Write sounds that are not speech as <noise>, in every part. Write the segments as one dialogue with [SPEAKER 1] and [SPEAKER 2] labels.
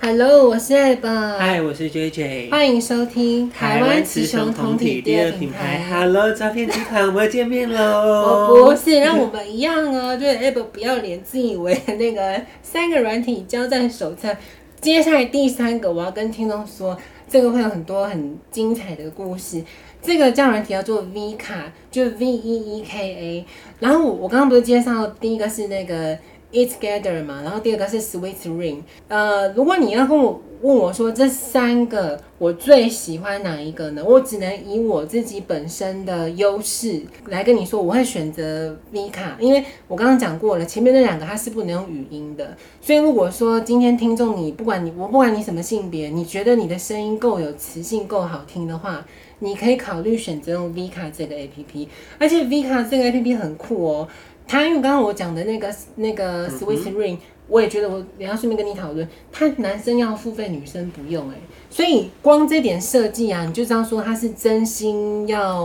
[SPEAKER 1] Hello，我是 a b
[SPEAKER 2] 嗨，我是 JJ。
[SPEAKER 1] 欢迎收听台湾雌雄同体第二品牌。
[SPEAKER 2] ，Hello 诈骗集团，我们又见面喽！
[SPEAKER 1] 我不是让我们一样 <laughs> 哦，就是 a b 不要脸，自以为那个三个软体交战手册。接下来第三个，我要跟听众说，这个会有很多很精彩的故事。这个叫软体叫做 V 卡，就是 V E E K A。然后我我刚刚不是介绍第一个是那个 Eat Together 嘛，然后第二个是 Sweet Ring。呃，如果你要跟我问我说这三个我最喜欢哪一个呢？我只能以我自己本身的优势来跟你说，我会选择 V 卡，因为我刚刚讲过了，前面那两个它是不能用语音的，所以如果说今天听众你不管你我不管你什么性别，你觉得你的声音够有磁性、够好听的话，你可以考虑选择用 V 卡这个 A P P，而且 V 卡这个 A P P 很酷哦。它因为刚刚我讲的那个那
[SPEAKER 2] 嗯
[SPEAKER 1] 个 Swiss Ring，、我也觉得我也要顺便跟你讨论，它男生要付费，女生不用哎、所以光这点设计啊，你就知道说他是真心要，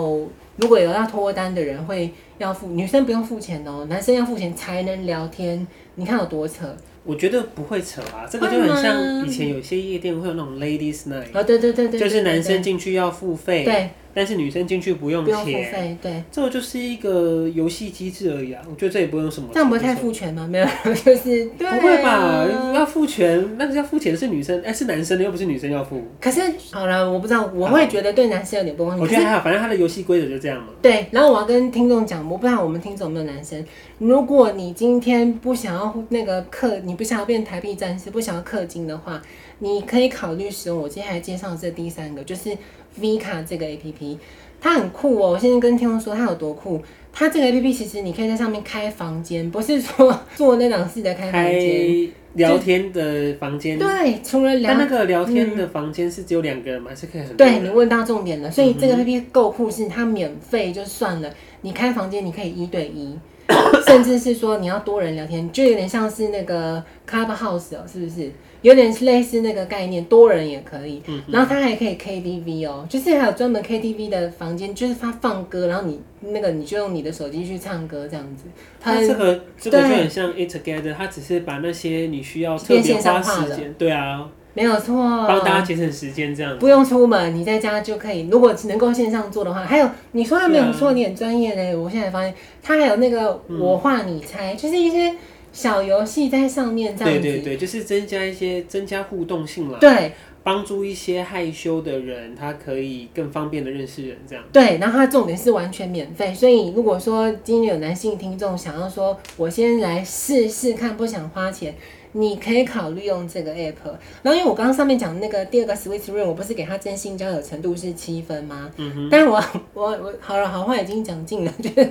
[SPEAKER 1] 如果有要脱单的人会要付，女生不用付钱哦，男生要付钱才能聊天，你看有多扯
[SPEAKER 2] 我觉得不会扯啊，这个就
[SPEAKER 1] 会吗
[SPEAKER 2] 很像以前有些夜店会有那种 Ladies Night，
[SPEAKER 1] 哦！对对对对，
[SPEAKER 2] 哎就
[SPEAKER 1] 对
[SPEAKER 2] 是男生进去要付
[SPEAKER 1] 对
[SPEAKER 2] 费，
[SPEAKER 1] 对
[SPEAKER 2] 但是女生进去不用
[SPEAKER 1] 不用付
[SPEAKER 2] 钱。
[SPEAKER 1] 费，对，
[SPEAKER 2] 这个就是一个游戏机制而已啊，我觉得这也不用什么。
[SPEAKER 1] 这样不会太父权吗？没有， <laughs> 就是对、啊
[SPEAKER 2] 不会吧？？要付钱，那个要付钱是女生，哎、是男生的，又不是女生要付。
[SPEAKER 1] 可是好了，我不知道，我会觉得对男生有点不公平。
[SPEAKER 2] 我觉得还好，反正他的游戏规则就这样嘛。
[SPEAKER 1] 对，然后我要跟听众讲，我不知道我们听众有没有男生。如果你今天不想要那个氪，你不想要变台币战士，不想要氪金的话，你可以考虑使用我接下来介绍的这第三个，就是 V 卡这个 A P P，它很酷哦。我现在跟听众说它有多酷，它这个 A P P 其实你可以在上面开房间，不是说 <laughs> 做那档事的开房
[SPEAKER 2] 开
[SPEAKER 1] 间。
[SPEAKER 2] 聊天的房间，
[SPEAKER 1] 对，啊除了聊
[SPEAKER 2] 但那个聊天的房间是只有两个人吗？还是可以很多
[SPEAKER 1] 对你
[SPEAKER 2] 人？
[SPEAKER 1] 问到重点了，
[SPEAKER 2] 嗯
[SPEAKER 1] 所以这个 A P P 够酷是它免费就算了，你开房间你可以一对一， <coughs> 甚至是说你要多人聊天，就有点像是那个 Clubhouse 哦，是不是？有点类似那个概念，多人也可以。
[SPEAKER 2] 嗯
[SPEAKER 1] 然后它还可以 K T V 哦，就是还有专门 K T V 的房间，就是它放歌，然后你那个你就用你的手机去唱歌这样子。
[SPEAKER 2] 它啊这个这个就很像 It Together，它只是把那些你需要特别花时间，对啊，
[SPEAKER 1] 没有错，
[SPEAKER 2] 帮大家节省时间这样。
[SPEAKER 1] 不用出门，你在家就可以。如果能够线上做的话，还有你说的没有错，你很专业嘞。我现在发现它还有那个
[SPEAKER 2] 嗯
[SPEAKER 1] 我画你猜，就是一些小游戏在上面这样
[SPEAKER 2] 对
[SPEAKER 1] 子。
[SPEAKER 2] 对对，就是增加一些增加互动性啦，
[SPEAKER 1] 对
[SPEAKER 2] 帮助一些害羞的人，他可以更方便的认识人这样。
[SPEAKER 1] 对然后它重点是完全免费，所以如果说今天有男性听众想要说，我先来试试看，不想花钱。你可以考虑用这个 app，然后因为我刚刚上面讲那个第二个 Switch Room，我不是给他真心交友程度是七分吗？
[SPEAKER 2] 嗯哼，
[SPEAKER 1] 但是我我我好了，好话已经讲尽了， <laughs> 就是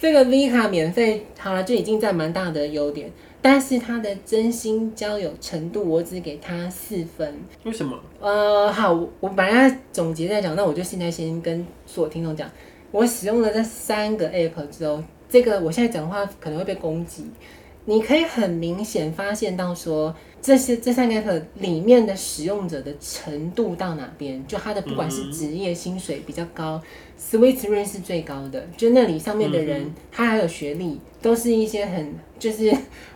[SPEAKER 1] 这个 V 卡免费好了，就已经占蛮大的优点，但是它的真心交友程度，我只给它四分。
[SPEAKER 2] 为什么？
[SPEAKER 1] 呃，好，我我本来要总结再讲，那我就现在先跟所有听众讲，我使用了这三个 app 之后，这个我现在讲话可能会被攻击。你可以很明显发现到说，这些这三个 app 里面的使用者的程度到哪边，就他的不管
[SPEAKER 2] 嗯
[SPEAKER 1] 是
[SPEAKER 2] 哼
[SPEAKER 1] 职业薪水比较高、s w i s s Ring 是最高的，就那里上面的人，他还有学历，都是一些很就是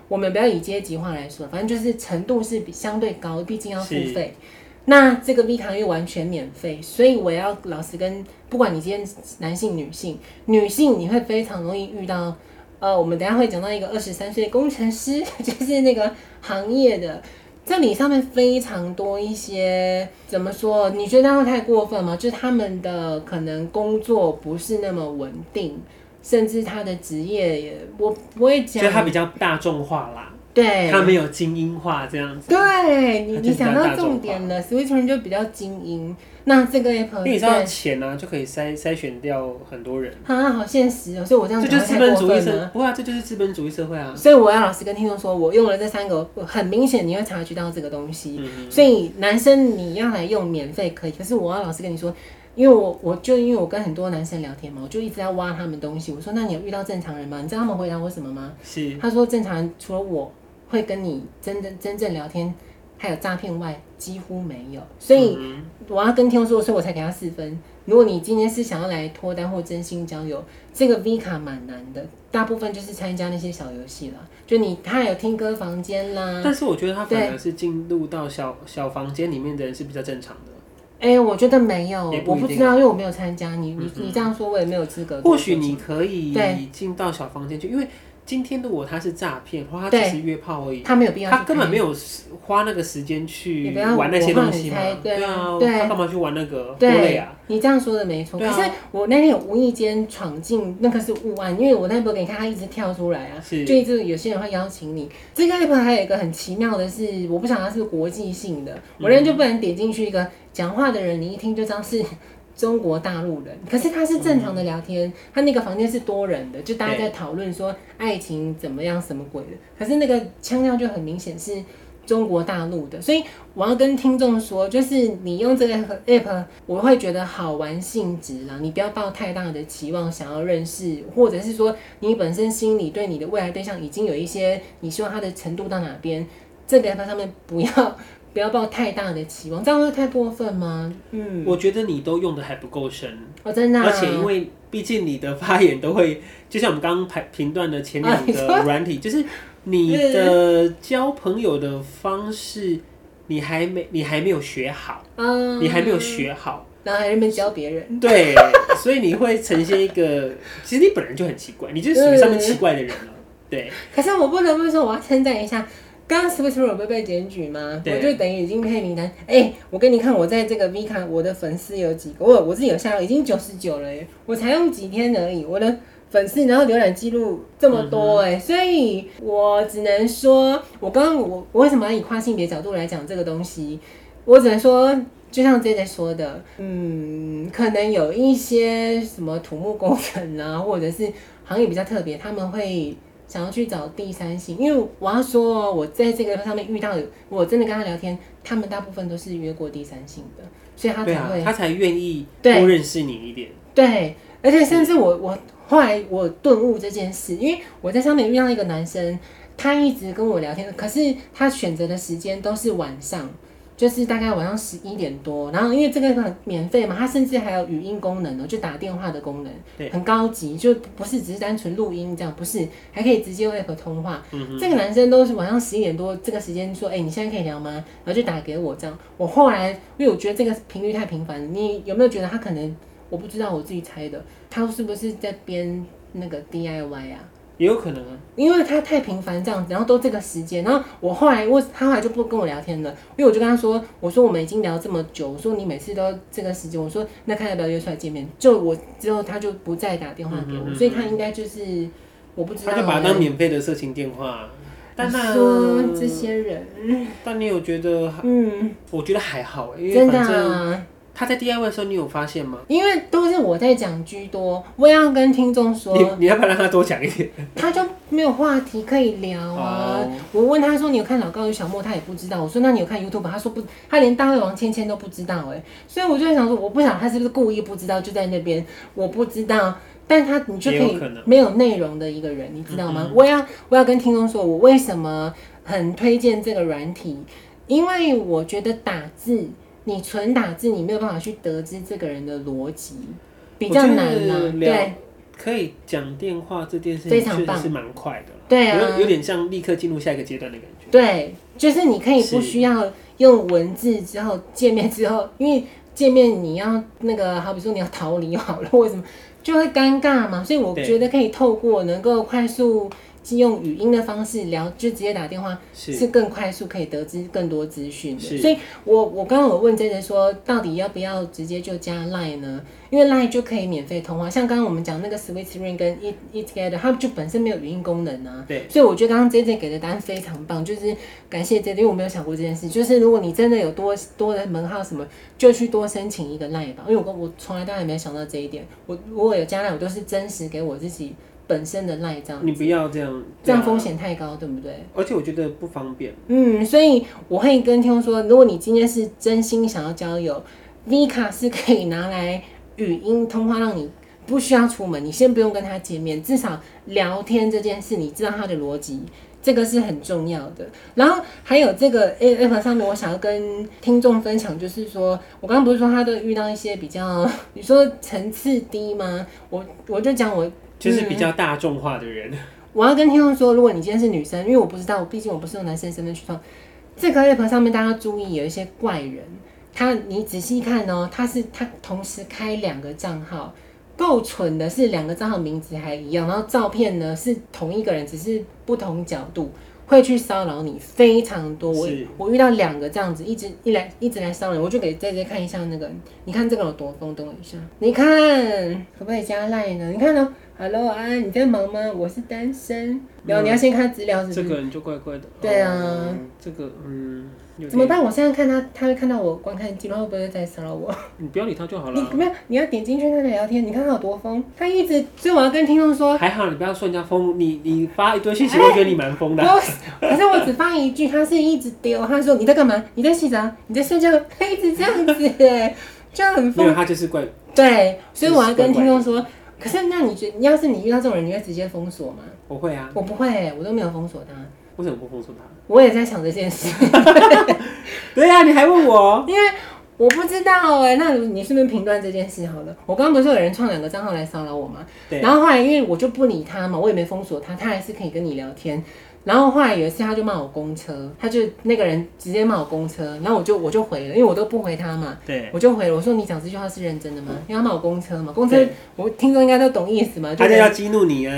[SPEAKER 1] 我们不要以阶级化来说，反正就是程度是比相对高，毕竟要付
[SPEAKER 2] 是
[SPEAKER 1] 费。那这个 V 卡又完全免费，所以我要老实跟，不管你今天男性、女性，女性你会非常容易遇到，呃，我们等一下会讲到一个二十三岁工程师， <laughs> 就是那个行业的，这里上面非常多一些怎么说？你觉得他会太过分吗？就是他们的可能工作不是那么稳定，甚至他的职业也我不会
[SPEAKER 2] 就
[SPEAKER 1] 讲
[SPEAKER 2] 是，它比较大众化啦，
[SPEAKER 1] 对，
[SPEAKER 2] 它没有精英化这样子。
[SPEAKER 1] 对你
[SPEAKER 2] 它就
[SPEAKER 1] 你
[SPEAKER 2] 比较
[SPEAKER 1] 讲到
[SPEAKER 2] 大众
[SPEAKER 1] 重
[SPEAKER 2] 化
[SPEAKER 1] 点了，Switch 人就比较精英，那这个 app
[SPEAKER 2] 因为你知道
[SPEAKER 1] 对
[SPEAKER 2] 钱啊，就可以筛筛选掉很多人，
[SPEAKER 1] 啊，好现实哦，所以我这样
[SPEAKER 2] 这
[SPEAKER 1] 讲会
[SPEAKER 2] 就是资
[SPEAKER 1] 太
[SPEAKER 2] 本
[SPEAKER 1] 过
[SPEAKER 2] 主义
[SPEAKER 1] 分
[SPEAKER 2] 社，
[SPEAKER 1] 了。
[SPEAKER 2] 不啊，这就是资本主义社会啊。
[SPEAKER 1] 所以我要老实跟听众说，我用了这三个，我很明显你会察觉到这个东西。
[SPEAKER 2] 嗯哼。
[SPEAKER 1] 所以男生你要来用免费可以，可是我要老实跟你说，因为我我就因为我跟很多男生聊天嘛，我就一直在挖他们东西。我说那你有遇到正常人吗？你知道他们回答我什么吗？
[SPEAKER 2] 是
[SPEAKER 1] 他说正常人除了我会跟你真正真正聊天还有诈骗外，几乎没有。所以
[SPEAKER 2] 嗯
[SPEAKER 1] 我要跟听众说，所以我才给他四分。如果你今天是想要来脱单或真心交友，这个 V 卡蛮难的，大部分就是参加那些小游戏啦，就你他有听歌房间啦。
[SPEAKER 2] 但是我觉得他反而是进入到小小房间里面的人是比较正常的。
[SPEAKER 1] 哎、我觉得没有，
[SPEAKER 2] 也不
[SPEAKER 1] 我
[SPEAKER 2] 一
[SPEAKER 1] 不
[SPEAKER 2] 定
[SPEAKER 1] 知道，因为我没有参加。你你
[SPEAKER 2] 嗯嗯
[SPEAKER 1] 你这样说，我也没有资格。
[SPEAKER 2] 或许你可以
[SPEAKER 1] 对
[SPEAKER 2] 进到小房间去，因为今天如果他是诈骗，或他只
[SPEAKER 1] 对
[SPEAKER 2] 是约炮而已，
[SPEAKER 1] 他没有必要去
[SPEAKER 2] 他
[SPEAKER 1] 看，
[SPEAKER 2] 根本没有花那个时间
[SPEAKER 1] 你
[SPEAKER 2] 去
[SPEAKER 1] 不要
[SPEAKER 2] 玩那些
[SPEAKER 1] 我怕
[SPEAKER 2] 东
[SPEAKER 1] 你
[SPEAKER 2] 西嘛
[SPEAKER 1] 猜。对
[SPEAKER 2] 啊，
[SPEAKER 1] 对
[SPEAKER 2] 他干嘛去玩那个？多累
[SPEAKER 1] 对
[SPEAKER 2] 啊！
[SPEAKER 1] 你这样说的没错，
[SPEAKER 2] 对啊
[SPEAKER 1] 可是我那天有无意间闯进那个是误案，因为我那部给你看，他一直跳出来啊，
[SPEAKER 2] 是
[SPEAKER 1] 就一直有些人会邀请你。这个 app 还有一个很奇妙的是，我不晓得它是不是国际性的，我那天就
[SPEAKER 2] 嗯
[SPEAKER 1] 不然点进去一个讲话的人，你一听就知道是中国大陆人，可是他是正常的聊天，他那个房间是多人的，就大家在讨论说爱情怎么样，什么鬼的，可是那个腔调就很明显是。中国大陆的，所以我要跟听众说，就是你用这个 app，我会觉得好玩性质啦，你不要抱太大的期望，想要认识，或者是说你本身心里对你的未来对象已经有一些你希望他的程度到哪边，这个 app 上面不要 <laughs> 不要抱太大的期望，这样会太过分吗？嗯，
[SPEAKER 2] 我觉得你都用的还不够深，
[SPEAKER 1] 我真的啊、
[SPEAKER 2] 而且因为毕竟你的发言都会，就像我们刚刚排评断的前两个软体，就是你的交朋友的方式，你还没你还没有学好，
[SPEAKER 1] 嗯，
[SPEAKER 2] 你还没有，学好，
[SPEAKER 1] 然后还在那边教别人，
[SPEAKER 2] 对，所以你会呈现一个，其实你本人就很奇怪，你就是属于上面奇怪的人了，对，
[SPEAKER 1] 可是我不得不说，我要称赞一下，刚刚 Swiss r o 被被检举吗？
[SPEAKER 2] 对
[SPEAKER 1] 我就等于已经黑名单。哎、我给你看，我在这个 V 卡，我的粉丝有几个？我我自己有下落，已经九十九了耶，我才用几天而已，我的粉丝然后浏览记录这么多哎、所以我只能说，我刚刚我我为什么要以跨性别角度来讲这个东西？我只能说。就像 J J 说的，嗯，可能有一些什么土木工程啊，或者是行业比较特别，他们会想要去找第三性，因为我要说哦，我在这个上面遇到的，我真的跟他聊天，他们大部分都是约过第三性的，所以 <laughs> 他
[SPEAKER 2] 对
[SPEAKER 1] 才
[SPEAKER 2] 啊
[SPEAKER 1] 会，
[SPEAKER 2] 他才愿意多
[SPEAKER 1] 对
[SPEAKER 2] 认识你一点，
[SPEAKER 1] 对，而且甚至我我后来我顿悟这件事，因为我在上面遇到一个男生，他一直跟我聊天，可是他选择的时间都是晚上，就是大概晚上十一点多。然后因为这个很免费嘛，他甚至还有语音功能哦，就打电话的功能
[SPEAKER 2] 对，
[SPEAKER 1] 很高级，就不是只是单纯录音这样，不是，还可以直接 app 通话。
[SPEAKER 2] 嗯哼，
[SPEAKER 1] 这个男生都是晚上十一点多这个时间说，哎、你现在可以聊吗？然后就打给我这样。我后来因为我觉得这个频率太频繁了，你有没有觉得他可能我不知道，我自己猜的，他是不是在编那个 DIY 啊？
[SPEAKER 2] 也有可能啊，
[SPEAKER 1] 因为他太频繁这样子，然后都这个时间，然后我后来我他后来就不跟我聊天了，因为我就跟他说，我说我们已经聊这么久，我说你每次都这个时间，我说那看要不要约出来见面？就我之后他就不再打电话给
[SPEAKER 2] 嗯嗯
[SPEAKER 1] 我，
[SPEAKER 2] 嗯
[SPEAKER 1] 所以他应该就是我不知道
[SPEAKER 2] 他
[SPEAKER 1] 欸，
[SPEAKER 2] 就把它当免费的色情电话，啊但那
[SPEAKER 1] 说这些人，
[SPEAKER 2] 但你有觉得，
[SPEAKER 1] 嗯。
[SPEAKER 2] 我觉得还好、因为
[SPEAKER 1] 真的、
[SPEAKER 2] 嗯反正
[SPEAKER 1] 啊，
[SPEAKER 2] 他在 DIY 的时候，你有发现吗？
[SPEAKER 1] 因为都是我在讲居多，我也要跟听众
[SPEAKER 2] 你 <laughs>
[SPEAKER 1] 说，
[SPEAKER 2] 你要不要让他多讲一点？
[SPEAKER 1] 他就没有话题可以聊啊。
[SPEAKER 2] 哦
[SPEAKER 1] 我问他说：“你有看老高与小莫？”他也不知道。我说：“那你有看 YouTube？” 他说：“不，他连大胃王芊芊都不知道。”哎，所以我就想说，我不想他是不是故意不知道，就在那边我不知道。但他你就可
[SPEAKER 2] 也
[SPEAKER 1] 以
[SPEAKER 2] 有可能
[SPEAKER 1] 没有内容的一个人，你知道吗
[SPEAKER 2] 嗯？嗯
[SPEAKER 1] 我要我要跟听众说，我为什么很推荐这个软体，因为我觉得打字，你纯打字，你没有办法去得知这个人的逻辑，比较难
[SPEAKER 2] 我觉
[SPEAKER 1] 啊
[SPEAKER 2] 得。聊
[SPEAKER 1] 对
[SPEAKER 2] 可以讲电话这件事
[SPEAKER 1] 非
[SPEAKER 2] 情
[SPEAKER 1] 常
[SPEAKER 2] 确实
[SPEAKER 1] 棒
[SPEAKER 2] 是蛮快的啦，
[SPEAKER 1] 对啊
[SPEAKER 2] 有有点像立刻进入下一个阶段的感觉。
[SPEAKER 1] 对，就是你可以不
[SPEAKER 2] 是
[SPEAKER 1] 需要用文字之后见面之后， <laughs> 因为见面你要那个，好比说你要逃离好了，为什么就会尴尬嘛？所以我
[SPEAKER 2] 对
[SPEAKER 1] 觉得可以透过能够快速用语音的方式聊，就直接打电话
[SPEAKER 2] 是
[SPEAKER 1] 是更快速可以得知更多资讯
[SPEAKER 2] 是
[SPEAKER 1] 的。所以我我刚刚有问 J J 说，到底要不要直接就加 Line 呢？因为 Line 就可以免费通话，像刚刚我们讲那个 Switch Ring 跟 E E Together，它就本身没有语音功能啊。
[SPEAKER 2] 对，
[SPEAKER 1] 所以我觉得刚刚 J J 给的答案非常棒，就是感谢 J J，因为我没有想过这件事，就是如果你真的有多多的门号什么，就去多申请一个 Line 吧，因为我跟我从来都还没有想到这一点，我如果有加 Line，我都是真实给我自己本身的 Line 这样，
[SPEAKER 2] 你不要这样，
[SPEAKER 1] 这样
[SPEAKER 2] 对啊
[SPEAKER 1] 风，险太高，对不对？
[SPEAKER 2] 而且我觉得不方便。
[SPEAKER 1] 嗯，所以我会跟听众说，如果你今天是真心想要交友，V 卡是可以拿来语音通话，让你不需要出门，你先不用跟他见面，至少聊天这件事，你知道他的逻辑，这个是很重要的。然后还有这个 A App 上面，我想要跟听众分享，就是说我刚刚不是说他都遇到一些比较，你说层次低吗？我我就讲我
[SPEAKER 2] 就是比较大众化的人，
[SPEAKER 1] 我要跟听众说，如果你今天是女生，因为我不知道，毕竟我不是用男生身份去创这个 app 上面，大家要注意有一些怪人，他你仔细看哦，他是他同时开两个账号，够蠢的是两个账号名字还一样，然后照片呢是同一个人，只是不同角度，会去骚扰你非常多。我
[SPEAKER 2] 是
[SPEAKER 1] 我遇到两个这样子，一直一来一直来骚扰，我就给 J J 看一下那个，你看这个有多疯，等我一下，你看可不可以加赖呢？你看哦。Hello 安，你在忙吗？我是单身。然后你要先看资料是不是？
[SPEAKER 2] 这个人就怪怪的。
[SPEAKER 1] 嗯对啊
[SPEAKER 2] 嗯这个嗯，有点
[SPEAKER 1] 怎么？办？我现在看他，他会看到我观看记录，会不会在骚扰
[SPEAKER 2] <laughs>
[SPEAKER 1] 我？
[SPEAKER 2] 你不要理他就好
[SPEAKER 1] 你
[SPEAKER 2] 了。
[SPEAKER 1] 没有，你要点进去跟他聊天。你看他有多疯，他一直，所以我要跟听众
[SPEAKER 2] <laughs>
[SPEAKER 1] 说，
[SPEAKER 2] 还好你不要说人家疯，你你发一堆信息，我觉得你蛮疯的啊。
[SPEAKER 1] 哎我可是我只放一句，他是一直丢，他说你在干嘛？你在洗澡？你在睡觉？ <laughs> 他一直这样子，哎 <laughs> 就很
[SPEAKER 2] 没有，
[SPEAKER 1] 疯。
[SPEAKER 2] 他就是怪。
[SPEAKER 1] 对，所以我要跟听众说，可是那你觉得，要是你遇到这种人，你会直接封锁吗？
[SPEAKER 2] 我会啊，
[SPEAKER 1] 我不会、哎我都没有封锁他，
[SPEAKER 2] 为什么不封锁他？
[SPEAKER 1] 我也在想这件事。 <laughs>
[SPEAKER 2] 对啊，你还问我？
[SPEAKER 1] 因为我不知道哎、那你顺便评断这件事好了。我刚刚不是有人创两个账号来骚扰我吗？
[SPEAKER 2] 对
[SPEAKER 1] 然后后来因为我就不理他嘛，我也没封锁他，他还是可以跟你聊天。然后后来有一次他就骂我公车，他就那个人直接骂我公车，然后我就我就回了，因为我都不回他嘛。
[SPEAKER 2] 对，
[SPEAKER 1] 我就回了，我说你讲这句话是认真的吗？因为他骂我公车嘛，公车
[SPEAKER 2] 对
[SPEAKER 1] 我听众应该都懂意思嘛，就
[SPEAKER 2] 他就是要激怒你啊。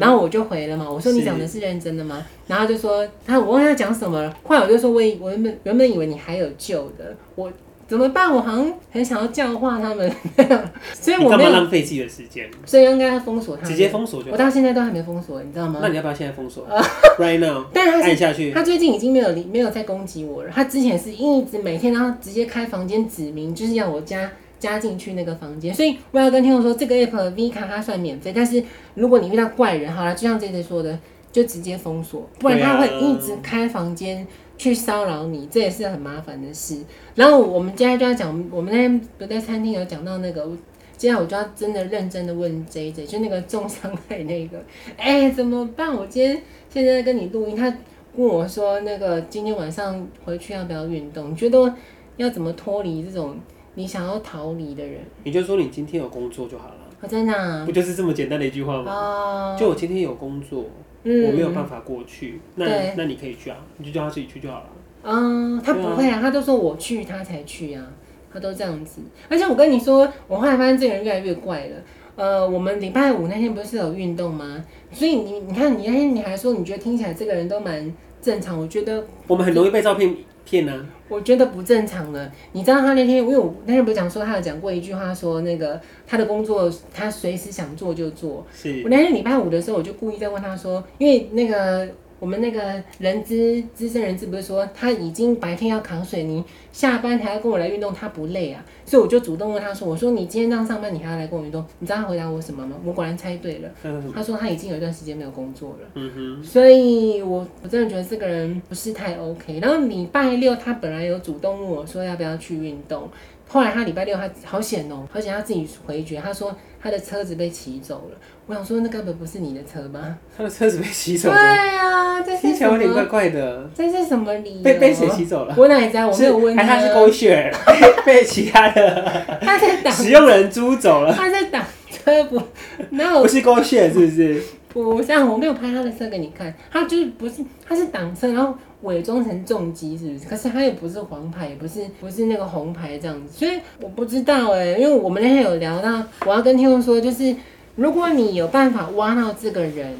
[SPEAKER 1] 然后我就回了嘛，我说你
[SPEAKER 2] 是
[SPEAKER 1] 讲的是认真的吗？然后他就说他我问他讲什么了，后来我就说我以我原本原本以为你还有救的，我怎么办？我好像很想要教化他们， <laughs> 所以
[SPEAKER 2] 你
[SPEAKER 1] 我
[SPEAKER 2] 干
[SPEAKER 1] 没
[SPEAKER 2] 嘛
[SPEAKER 1] 有，
[SPEAKER 2] 浪费自己的时间？
[SPEAKER 1] 所以应该封锁他，
[SPEAKER 2] 直接，封锁就
[SPEAKER 1] 我
[SPEAKER 2] 好。
[SPEAKER 1] 到现在都还没封锁，你知道吗
[SPEAKER 2] 那？你要哎不要现在封锁？Right now，
[SPEAKER 1] 嗯 <laughs> 但是他
[SPEAKER 2] 按
[SPEAKER 1] 是
[SPEAKER 2] 下去。
[SPEAKER 1] 他最近已经没有理没有再攻击我了，他之前是一直每天然后直接开房间指明就是要我加。加进去那个房间，所以我要跟听众说，这个 app V 卡它算免费，但是如果你遇到怪人，好了，就像 J J 说的，就直接封锁，不然
[SPEAKER 2] 对啊
[SPEAKER 1] 他会一直开房间去骚扰你，这也是很麻烦的事。然后我们接下来就要讲，我们我们那天不在餐厅有讲到那个，我接下来我就要真的认真的问 J J，就那个重伤害那个，哎、怎么办？我今天现在跟你录音，他问我说，那个今天晚上回去要不要运动？你觉得要怎么脱离这种你想要逃离的人？
[SPEAKER 2] 你就说你今天有工作就好了，
[SPEAKER 1] 我真的啊
[SPEAKER 2] 不，就是这么简单的一句话吗？
[SPEAKER 1] 哦
[SPEAKER 2] 就我今天有工作，
[SPEAKER 1] 嗯
[SPEAKER 2] 我没有办法过去，
[SPEAKER 1] 对
[SPEAKER 2] 那那你可以去啊，你就叫他自己去就好了。
[SPEAKER 1] 嗯，他不会啊，他都说我去，他才去啊，他都这样子。而且我跟你说，我后来发现这个人越来越怪了。呃，我们礼拜五那天不是有运动吗？所以你你看，你那天你还说你觉得听起来这个人都蛮正常，我觉得
[SPEAKER 2] 我们很容易被照片骗呢、啊。
[SPEAKER 1] 我觉得不正常了。你知道他那天，因为我那天不是讲说他有讲过一句话说那个他的工作他随时想做就做，
[SPEAKER 2] 是
[SPEAKER 1] 我那天礼拜五的时候，我就故意在问他说，因为那个我们那个人资资深人资不是说他已经白天要扛水泥，下班还要跟我来运动，他不累啊，所以我就主动问他说，我说你今天这样上班，你还要来跟我运动？你知道他回答我什么吗？我果然猜对了，
[SPEAKER 2] 那是什么？
[SPEAKER 1] 他说他已经有一段时间没有工作了。
[SPEAKER 2] 嗯哼，
[SPEAKER 1] 所以我我真的觉得这个人不是太 OK。然后礼拜六他本来有主动问我说要不要去运动，后来他礼拜六他好险哦、好险他自己回绝，他说他的车子被骑走了。我想说那根本不是你的车吧？
[SPEAKER 2] 他的车子被洗走
[SPEAKER 1] 对
[SPEAKER 2] 了，
[SPEAKER 1] 啊，这
[SPEAKER 2] 听
[SPEAKER 1] 是
[SPEAKER 2] 起来
[SPEAKER 1] 什
[SPEAKER 2] 有点
[SPEAKER 1] 么？
[SPEAKER 2] 怪
[SPEAKER 1] 哎
[SPEAKER 2] 怪的。
[SPEAKER 1] 这是什么理由？
[SPEAKER 2] 被被谁洗走了？
[SPEAKER 1] 我哪知道？我没有问
[SPEAKER 2] 是还
[SPEAKER 1] 他
[SPEAKER 2] 他是狗
[SPEAKER 1] <laughs>
[SPEAKER 2] 血，被其他的
[SPEAKER 1] 他在挡，
[SPEAKER 2] 使用人租走了，
[SPEAKER 1] 他在挡车不？ <laughs> 哪有
[SPEAKER 2] 不是狗血是不是？
[SPEAKER 1] 不像我没有拍他的车给你看，他就是不是他是挡车，然后伪装成重击是
[SPEAKER 2] 嗯
[SPEAKER 1] 不是？可是他又不是黄牌，也不是不是那个红牌这样子，所以我不知道哎、因为我们那天有聊到，我要跟听众说，就是如果你有办法挖到这个人，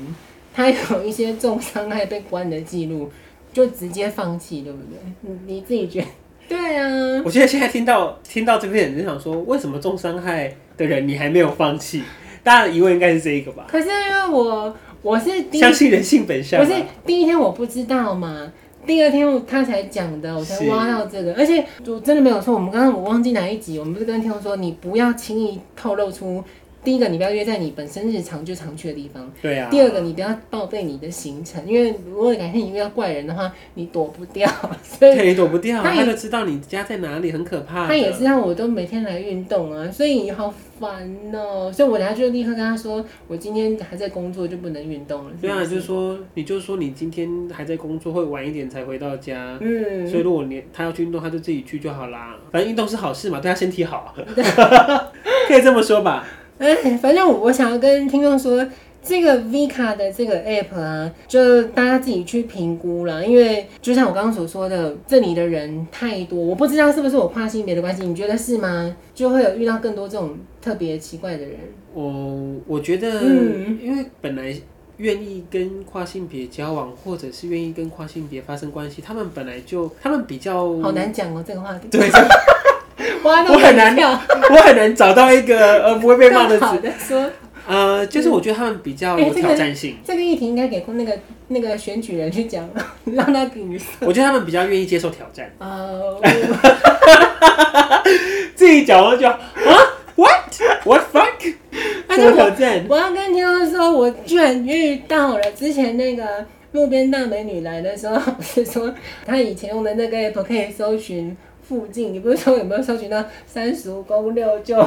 [SPEAKER 1] 他有一些重伤害被关的记录，就直接放弃，对不对？你你自己觉得？对啊，
[SPEAKER 2] 我觉得现在听到听到这边，你就想说，为什么重伤害的人你还没有放弃？大家的疑问应该是这一个吧？
[SPEAKER 1] 可是因为我我是第一
[SPEAKER 2] 相信人性本善
[SPEAKER 1] 不
[SPEAKER 2] 吧。
[SPEAKER 1] 是第一天我不知道嘛，第二天他才讲的，我才
[SPEAKER 2] 是
[SPEAKER 1] 挖到这个，而且我真的没有错。我们刚刚我忘记哪一集，我们不是跟听众说你不要轻易透露出第一个，你不要约在你本身日常就常去的地方；
[SPEAKER 2] 对啊。
[SPEAKER 1] 第二个，你不要报备你的行程，因为如果改天你遇到怪人的话，你躲不掉。所以
[SPEAKER 2] 对，躲不掉，啊
[SPEAKER 1] 他
[SPEAKER 2] 他
[SPEAKER 1] 也
[SPEAKER 2] 就知道你家在哪里，很可怕的。
[SPEAKER 1] 他也知道我都每天来运动啊，所以好烦哦、所以我等下就立刻跟他说，我今天还在工作，就不能运动了。
[SPEAKER 2] 对啊，
[SPEAKER 1] 是不
[SPEAKER 2] 就是说，你就说你今天还在工作，会晚一点才回到家，
[SPEAKER 1] 嗯，
[SPEAKER 2] 所以如果你他要去运动，他就自己去就好啦。反正运动是好事嘛，对他身体好，啊 <laughs> 可以这么说吧。
[SPEAKER 1] 哎，反正我想要跟听众说，这个 Vika 的这个 app 啊，就大家自己去评估啦。因为就像我刚刚所说的，这里的人太多，我不知道是不是我跨性别的关系，你觉得是吗？就会有遇到更多这种特别奇怪的人。
[SPEAKER 2] 我我觉得，
[SPEAKER 1] 嗯
[SPEAKER 2] 因为本来愿意跟跨性别交往，或者是愿意跟跨性别发生关系，他们本来就他们比较
[SPEAKER 1] 好难讲哦、这个话题。
[SPEAKER 2] 对， <laughs>
[SPEAKER 1] 哇，那
[SPEAKER 2] 我很难
[SPEAKER 1] 跳。
[SPEAKER 2] 我很难找到一
[SPEAKER 1] <laughs>
[SPEAKER 2] 个呃不会被骂
[SPEAKER 1] 更
[SPEAKER 2] 的词
[SPEAKER 1] 好。的说，
[SPEAKER 2] 呃，就是我觉得他们比较
[SPEAKER 1] <laughs> 嗯
[SPEAKER 2] 有挑战性，
[SPEAKER 1] 这个议题应该给那个那个选举人去讲， <laughs> 让他给
[SPEAKER 2] <laughs>
[SPEAKER 1] 你。
[SPEAKER 2] 我觉得他们比较愿意接受挑战。
[SPEAKER 1] 呃，
[SPEAKER 2] 自己讲了就啊，what what fuck，
[SPEAKER 1] 那
[SPEAKER 2] 什
[SPEAKER 1] 就
[SPEAKER 2] 么挑战？
[SPEAKER 1] 我要跟听众说，我居然遇到了之前那个路边大美女来的时候，不是说她以前用的那个 app 可以搜寻附近，你不是说有没有搜寻到三十五公六就？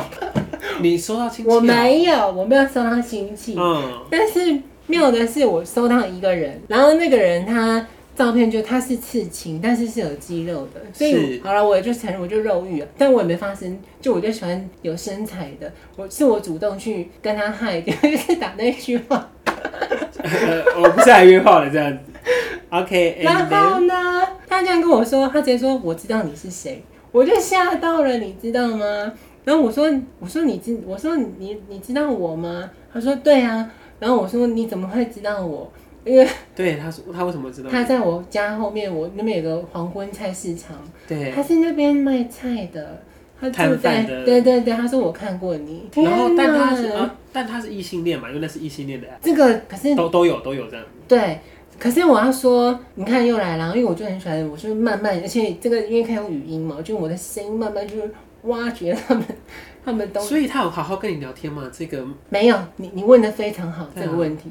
[SPEAKER 2] 你收到亲戚？啊
[SPEAKER 1] 我。没有，我没有搜到亲戚，
[SPEAKER 2] 嗯， <laughs>
[SPEAKER 1] 但是妙的是我搜到一个人，然后那个人他。照片就他是刺青，但是是有肌肉的，所以
[SPEAKER 2] 是
[SPEAKER 1] 好了，我也就承认我就肉欲了，啊但我也没发生，就我就喜欢有身材的，我是我主动去跟他嗨，就是打那句话，
[SPEAKER 2] 呃我不是来约炮了这样子。OK，
[SPEAKER 1] 然
[SPEAKER 2] and
[SPEAKER 1] 后
[SPEAKER 2] then，
[SPEAKER 1] 呢，他这样跟我说，他直接说我知道你是谁，我就吓到了，你知道吗？然后我说我说你知我说你你知道我吗？他说对啊。然后我说你怎么会知道我？因为
[SPEAKER 2] 对，他说他为什么知道？
[SPEAKER 1] 他在我家后面，我那边有个黄昏菜市场，
[SPEAKER 2] 对
[SPEAKER 1] 他，是那边卖菜的，他住
[SPEAKER 2] 摊
[SPEAKER 1] 在
[SPEAKER 2] 贩的
[SPEAKER 1] 对对对，他说我看过你，天
[SPEAKER 2] 然后但他是
[SPEAKER 1] 哪
[SPEAKER 2] 啊，但他是异性恋嘛，因为那是异性恋的，
[SPEAKER 1] 这个可是
[SPEAKER 2] 都都有都有这样。
[SPEAKER 1] 对，可是我要说，你看又来了，因为我就很喜欢，我就慢慢，而且这个因为可以用语音嘛，我就我的声音慢慢就是挖掘他们，他们
[SPEAKER 2] <laughs>
[SPEAKER 1] 都
[SPEAKER 2] 所以他有好好跟你聊天嘛？这个
[SPEAKER 1] 没有你，你问的非常好
[SPEAKER 2] 对
[SPEAKER 1] 这
[SPEAKER 2] 啊
[SPEAKER 1] 个问题，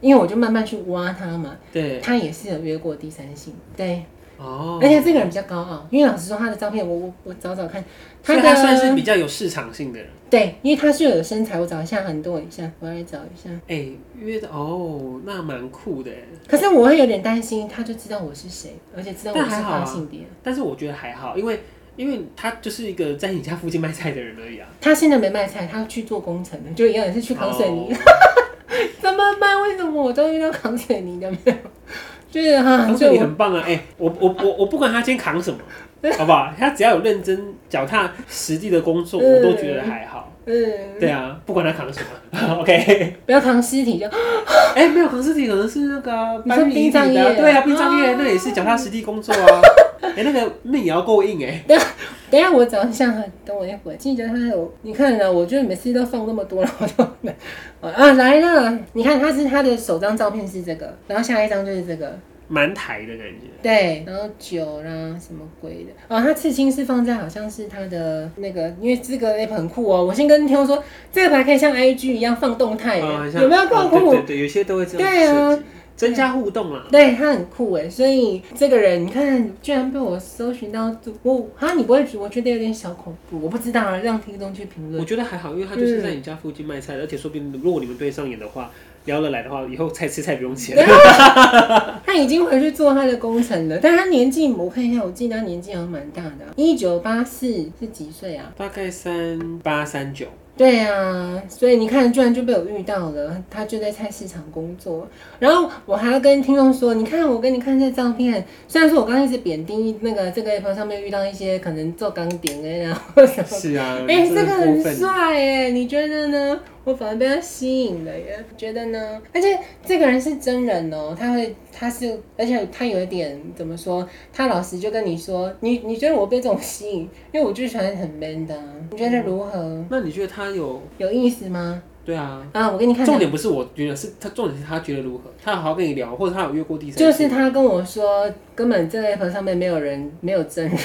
[SPEAKER 1] 因为我就慢慢去挖他嘛，
[SPEAKER 2] 对
[SPEAKER 1] 他也是有约过第三性，对，
[SPEAKER 2] 哦，
[SPEAKER 1] 而且这个人比较高傲，因为老实说他的照片我我我找找看，
[SPEAKER 2] 所
[SPEAKER 1] 的
[SPEAKER 2] 以他算是比较有市场性的人。
[SPEAKER 1] 对，因为他是有身材，我找一下，很多一下，我来找一下，
[SPEAKER 2] 哎，约的哦，那蛮酷的。
[SPEAKER 1] 可是我会有点担心，他就知道我是谁，而且知道我
[SPEAKER 2] 但
[SPEAKER 1] 是
[SPEAKER 2] 还好
[SPEAKER 1] 跨
[SPEAKER 2] 啊
[SPEAKER 1] 性别。
[SPEAKER 2] 但是我觉得还好，因为因为他就是一个在你家附近卖菜的人而已啊。
[SPEAKER 1] 他现在没卖菜，他去做工程的，就一样也是去扛水泥。
[SPEAKER 2] 哦，
[SPEAKER 1] <laughs> 怎么办？为什么我都遇到扛水泥的没有？ <laughs> 就是哈，
[SPEAKER 2] 扛
[SPEAKER 1] 就
[SPEAKER 2] 水泥
[SPEAKER 1] 我
[SPEAKER 2] 很棒啊！哎、我我我我不管他今天扛什
[SPEAKER 1] <laughs>
[SPEAKER 2] 么，好不好？他只要有认真脚踏实地的工作，
[SPEAKER 1] 嗯
[SPEAKER 2] 我都觉得还好。
[SPEAKER 1] 嗯，
[SPEAKER 2] 对啊，不管他扛什么 <laughs> ，OK。
[SPEAKER 1] 不要扛尸体就
[SPEAKER 2] 哎、没有扛尸体，可能是那个啊
[SPEAKER 1] 你说
[SPEAKER 2] 搬遗体
[SPEAKER 1] 殡葬
[SPEAKER 2] 的啊，
[SPEAKER 1] 业
[SPEAKER 2] 对啊，殡葬业
[SPEAKER 1] 哦
[SPEAKER 2] 那也是脚踏实地工
[SPEAKER 1] <laughs>
[SPEAKER 2] 作啊。哎、那个命也要够硬哎、
[SPEAKER 1] 等一下我找一下，等我一会儿。记得他有，你看呢、我觉得每次都放那么多了，我就啊来了。你看他是他的首张照片是这个，然后下一张就是这个，
[SPEAKER 2] 蛮抬的感觉。
[SPEAKER 1] 对，然后酒啦什么鬼的哦，他刺青是放在好像是他的那个，因为这个 app 很酷哦。我先跟听众说，这个牌可以像 IG 一样放动态耶，
[SPEAKER 2] 啊像
[SPEAKER 1] 有没有够酷？
[SPEAKER 2] 啊对对对，有些都会这样
[SPEAKER 1] 对啊
[SPEAKER 2] 设计，增加互动啊。
[SPEAKER 1] 对他很酷哎，所以这个人你看，居然被我搜寻到，我哈，你不会觉得我觉得有点小恐怖，我不知道啊，让听众去评
[SPEAKER 2] 我
[SPEAKER 1] 论。
[SPEAKER 2] 觉得还好，因为他
[SPEAKER 1] 嗯
[SPEAKER 2] 就是在你家附近卖菜的，而且说不定如果你们对上眼的话，聊得来的话，以后菜吃菜不用钱。
[SPEAKER 1] 啊他已经回去做他的工程了，但他年纪我看一下，我记得他年纪好像蛮大的、啊一九八四是几岁啊？
[SPEAKER 2] <laughs> 大概三八三
[SPEAKER 1] <laughs>
[SPEAKER 2] 九，
[SPEAKER 1] 对啊，所以你看，居然就被我遇到了，他就在菜市场工作。然后我还要跟听众说，你看我给你看这照片，虽然说我刚刚一直贬低那个这个 app 上面遇到一些可能做钢点的啊或什么的。
[SPEAKER 2] 是啊，
[SPEAKER 1] 哎、这
[SPEAKER 2] 真的
[SPEAKER 1] 个
[SPEAKER 2] 过
[SPEAKER 1] 很
[SPEAKER 2] 分。
[SPEAKER 1] 帅哎，你觉得呢？我反而被他吸引了耶，觉得呢？而且这个人是真人哦，他会，他是，而且他有一点怎么说？他老实就跟你说，你你觉得我被这种吸引，因为我就喜欢很 man 的啊、你觉得如何？
[SPEAKER 2] 那你觉得他有
[SPEAKER 1] 有意思吗？
[SPEAKER 2] 对啊？
[SPEAKER 1] 啊，我给你看
[SPEAKER 2] 重点不是我觉得是他，重点是他觉得如何？他好好跟你聊，或者他有约过第三次？
[SPEAKER 1] 就是他跟我说，根本这个 app 上面没有人，没有真人，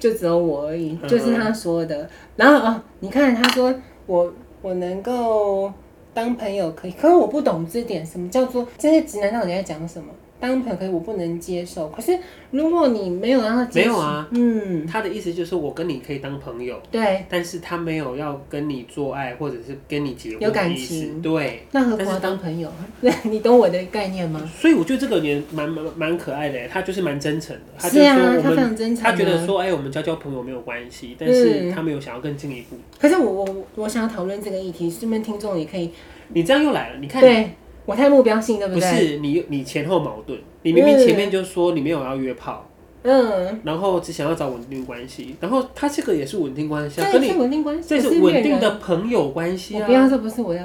[SPEAKER 1] 就只有我而已，
[SPEAKER 2] 嗯
[SPEAKER 1] 就是他说的。然后哦，你看他说我。我能够当朋友可以，可是我不懂这点，什么叫做这些直男到底在讲什么？当朋友可以，我不能接受。可是如果你没有让他接
[SPEAKER 2] 没
[SPEAKER 1] 受，
[SPEAKER 2] 有啊，
[SPEAKER 1] 嗯，
[SPEAKER 2] 他的意思就是我跟你可以当朋友，
[SPEAKER 1] 对，
[SPEAKER 2] 但是他没有要跟你做爱或者是跟你结婚
[SPEAKER 1] 有感
[SPEAKER 2] 的意思
[SPEAKER 1] 情
[SPEAKER 2] 对。
[SPEAKER 1] 那何苦要当朋友？
[SPEAKER 2] <laughs>
[SPEAKER 1] 对，你懂我的概念吗？
[SPEAKER 2] 所以我觉得这个也蛮蛮蛮可爱的耶，他就是蛮真诚的，他就是说
[SPEAKER 1] 啊，
[SPEAKER 2] 我
[SPEAKER 1] 他非
[SPEAKER 2] 们
[SPEAKER 1] 常真诚、啊。
[SPEAKER 2] 他觉得说，哎、我们交交朋友没有关系，但是
[SPEAKER 1] 嗯
[SPEAKER 2] 他没有想要更进一步。
[SPEAKER 1] 可是我我我想要讨论这个议题，顺便听众也可以。
[SPEAKER 2] 你这样又来了，你看，
[SPEAKER 1] 对我太目标性，对
[SPEAKER 2] 不
[SPEAKER 1] 对？
[SPEAKER 2] 是你你前后矛盾，你明明
[SPEAKER 1] 嗯
[SPEAKER 2] 前面就说你没有要约炮，
[SPEAKER 1] 嗯，
[SPEAKER 2] 然后只想要找稳定关系，然后他这个也是稳定关系啊，
[SPEAKER 1] 这
[SPEAKER 2] 跟
[SPEAKER 1] 也
[SPEAKER 2] 你
[SPEAKER 1] 是稳定关系，
[SPEAKER 2] 这
[SPEAKER 1] 我
[SPEAKER 2] 是
[SPEAKER 1] 是
[SPEAKER 2] 稳
[SPEAKER 1] 恋
[SPEAKER 2] 定
[SPEAKER 1] 人。
[SPEAKER 2] 的朋友关系
[SPEAKER 1] 我
[SPEAKER 2] 啊
[SPEAKER 1] 不。要，这不是我要。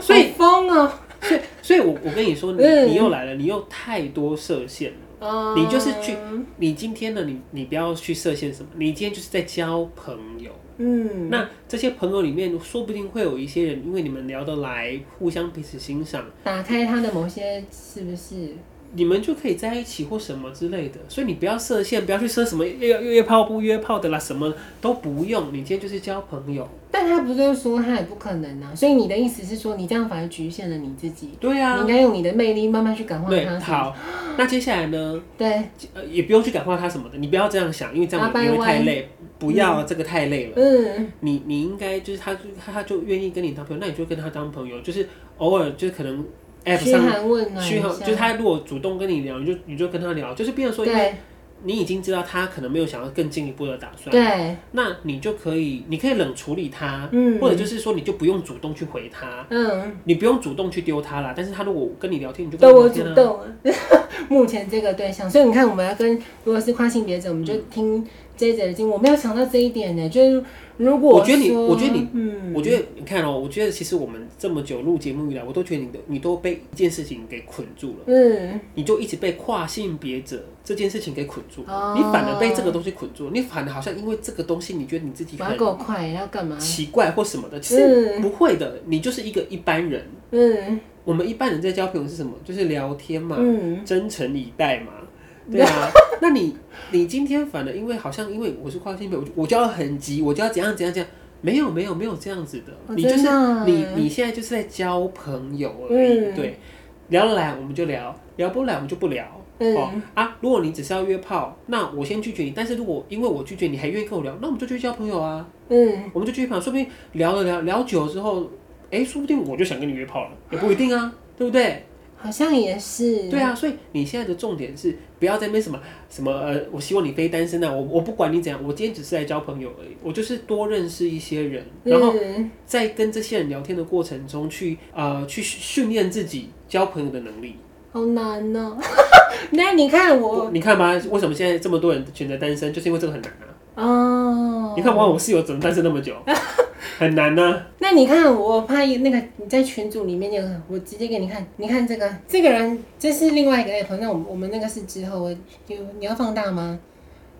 [SPEAKER 2] 所以
[SPEAKER 1] 好疯哦，
[SPEAKER 2] 所以我，我跟你说，你
[SPEAKER 1] 嗯
[SPEAKER 2] 你又来了，你又太多设限了。
[SPEAKER 1] 嗯
[SPEAKER 2] 你就是去，你今天呢，你你不要去设限什么，你今天就是在交朋友。
[SPEAKER 1] 嗯，
[SPEAKER 2] 那这些朋友里面，说不定会有一些人，因为你们聊得来，互相彼此欣赏，
[SPEAKER 1] 打开他的某些是不是？
[SPEAKER 2] 你们就可以在一起或什么之类的。所以你不要设限，不要去设什么约约炮不约炮的啦，什么都不用。你今天就是交朋友。
[SPEAKER 1] 但他不是说他也不可能啊，所以你的意思是说，你这样反而局限了你自己，
[SPEAKER 2] 对
[SPEAKER 1] 你应
[SPEAKER 2] 啊，
[SPEAKER 1] 该用你的魅力慢慢去感化
[SPEAKER 2] 对，
[SPEAKER 1] 他。
[SPEAKER 2] 好。那接下来呢？
[SPEAKER 1] 对，
[SPEAKER 2] 呃，也不用去感化他什么的，你不要这样想，因为这样
[SPEAKER 1] 啊
[SPEAKER 2] 你会
[SPEAKER 1] 掰
[SPEAKER 2] 太
[SPEAKER 1] 弯
[SPEAKER 2] 累。不要啊、这个太累了。
[SPEAKER 1] 嗯，
[SPEAKER 2] 你你应该就是他就他他就愿意跟你当朋友，那你就跟他当朋友，就是偶尔就是可能 app
[SPEAKER 1] 嘘
[SPEAKER 2] 上
[SPEAKER 1] 寒问暖
[SPEAKER 2] 嘘
[SPEAKER 1] 一
[SPEAKER 2] 寒，
[SPEAKER 1] 下
[SPEAKER 2] 就是他如果主动跟你聊，你就你就跟他聊，就是变成说，因为
[SPEAKER 1] 对
[SPEAKER 2] 你已经知道他可能没有想要更进一步的打算，
[SPEAKER 1] 对，
[SPEAKER 2] 那你就可以你可以冷处理他，
[SPEAKER 1] 嗯
[SPEAKER 2] 或者就是说你就不用主动去回他，
[SPEAKER 1] 嗯，
[SPEAKER 2] 你不用主动去丢他啦，但是他如果跟你聊天，你就跟
[SPEAKER 1] 都
[SPEAKER 2] 他
[SPEAKER 1] 我
[SPEAKER 2] 聊
[SPEAKER 1] 主
[SPEAKER 2] 天啊。
[SPEAKER 1] 动啊。 <laughs> 目前这个对象，所以你看，我们要跟如果是跨性别者，我们就
[SPEAKER 2] 嗯
[SPEAKER 1] 听这一节的经，我没有想到这一点呢。就是如果
[SPEAKER 2] 我觉得你
[SPEAKER 1] 说
[SPEAKER 2] 我觉得你
[SPEAKER 1] 嗯，
[SPEAKER 2] 我觉得你看哦、我觉得其实我们这么久录节目以来，我都觉得你的你都被一件事情给捆住了。
[SPEAKER 1] 嗯，
[SPEAKER 2] 你就一直被跨性别者这件事情给捆住，
[SPEAKER 1] 哦
[SPEAKER 2] 你反而被这个东西捆住，你反而好像因为这个东西，你觉得你自己
[SPEAKER 1] 我要
[SPEAKER 2] 很
[SPEAKER 1] 够快，要干嘛？
[SPEAKER 2] 奇怪或什么的，其实
[SPEAKER 1] 嗯
[SPEAKER 2] 不会的，你就是一个一般人。
[SPEAKER 1] 嗯
[SPEAKER 2] 我们一般人在交朋友是什么？就是聊天嘛，
[SPEAKER 1] 嗯，
[SPEAKER 2] 真诚以待嘛，对
[SPEAKER 1] <laughs>
[SPEAKER 2] 啊。那你你今天反而因为好像因为我是跨性别，我就我就要很急，我就要怎样怎样怎样。没有没有没有这样子的，
[SPEAKER 1] 哦
[SPEAKER 2] 你就是
[SPEAKER 1] 真的啊
[SPEAKER 2] 你你现在就是在交朋友而已，
[SPEAKER 1] 嗯
[SPEAKER 2] 对，聊得来我们就聊，聊不来我们就不聊。
[SPEAKER 1] 嗯
[SPEAKER 2] 哦啊，如果你只是要约炮，那我先拒绝你。但是如果因为我拒绝你还愿意跟我聊，那我们就去交朋友啊，
[SPEAKER 1] 嗯，
[SPEAKER 2] 我们就继续朋友，说不定聊了聊聊久了之后，哎，说不定我就想跟你约炮了，也不一定啊，对不对？
[SPEAKER 1] 好像也是。
[SPEAKER 2] 对啊，所以你现在的重点是不要在那边什么什么呃，我希望你非单身啊，我我不管你怎样，我今天只是来交朋友而已，我就是多认识一些人，然后
[SPEAKER 1] 嗯
[SPEAKER 2] 在跟这些人聊天的过程中去呃去训练自己交朋友的能力。
[SPEAKER 1] 好难哦。 <laughs> 那你看我
[SPEAKER 2] 你看吧，为什么现在这么多人选择单身，就是因为这个很难啊。
[SPEAKER 1] 哦，
[SPEAKER 2] 你看我我室友怎么单身
[SPEAKER 1] <laughs>
[SPEAKER 2] 那么久，很难啊呢、
[SPEAKER 1] 那你看，我怕那个你在群组里面那个，我直接给你看，你看这个这个人，这是另外一个 app，那我们我们那个是之后，我有你要放大吗？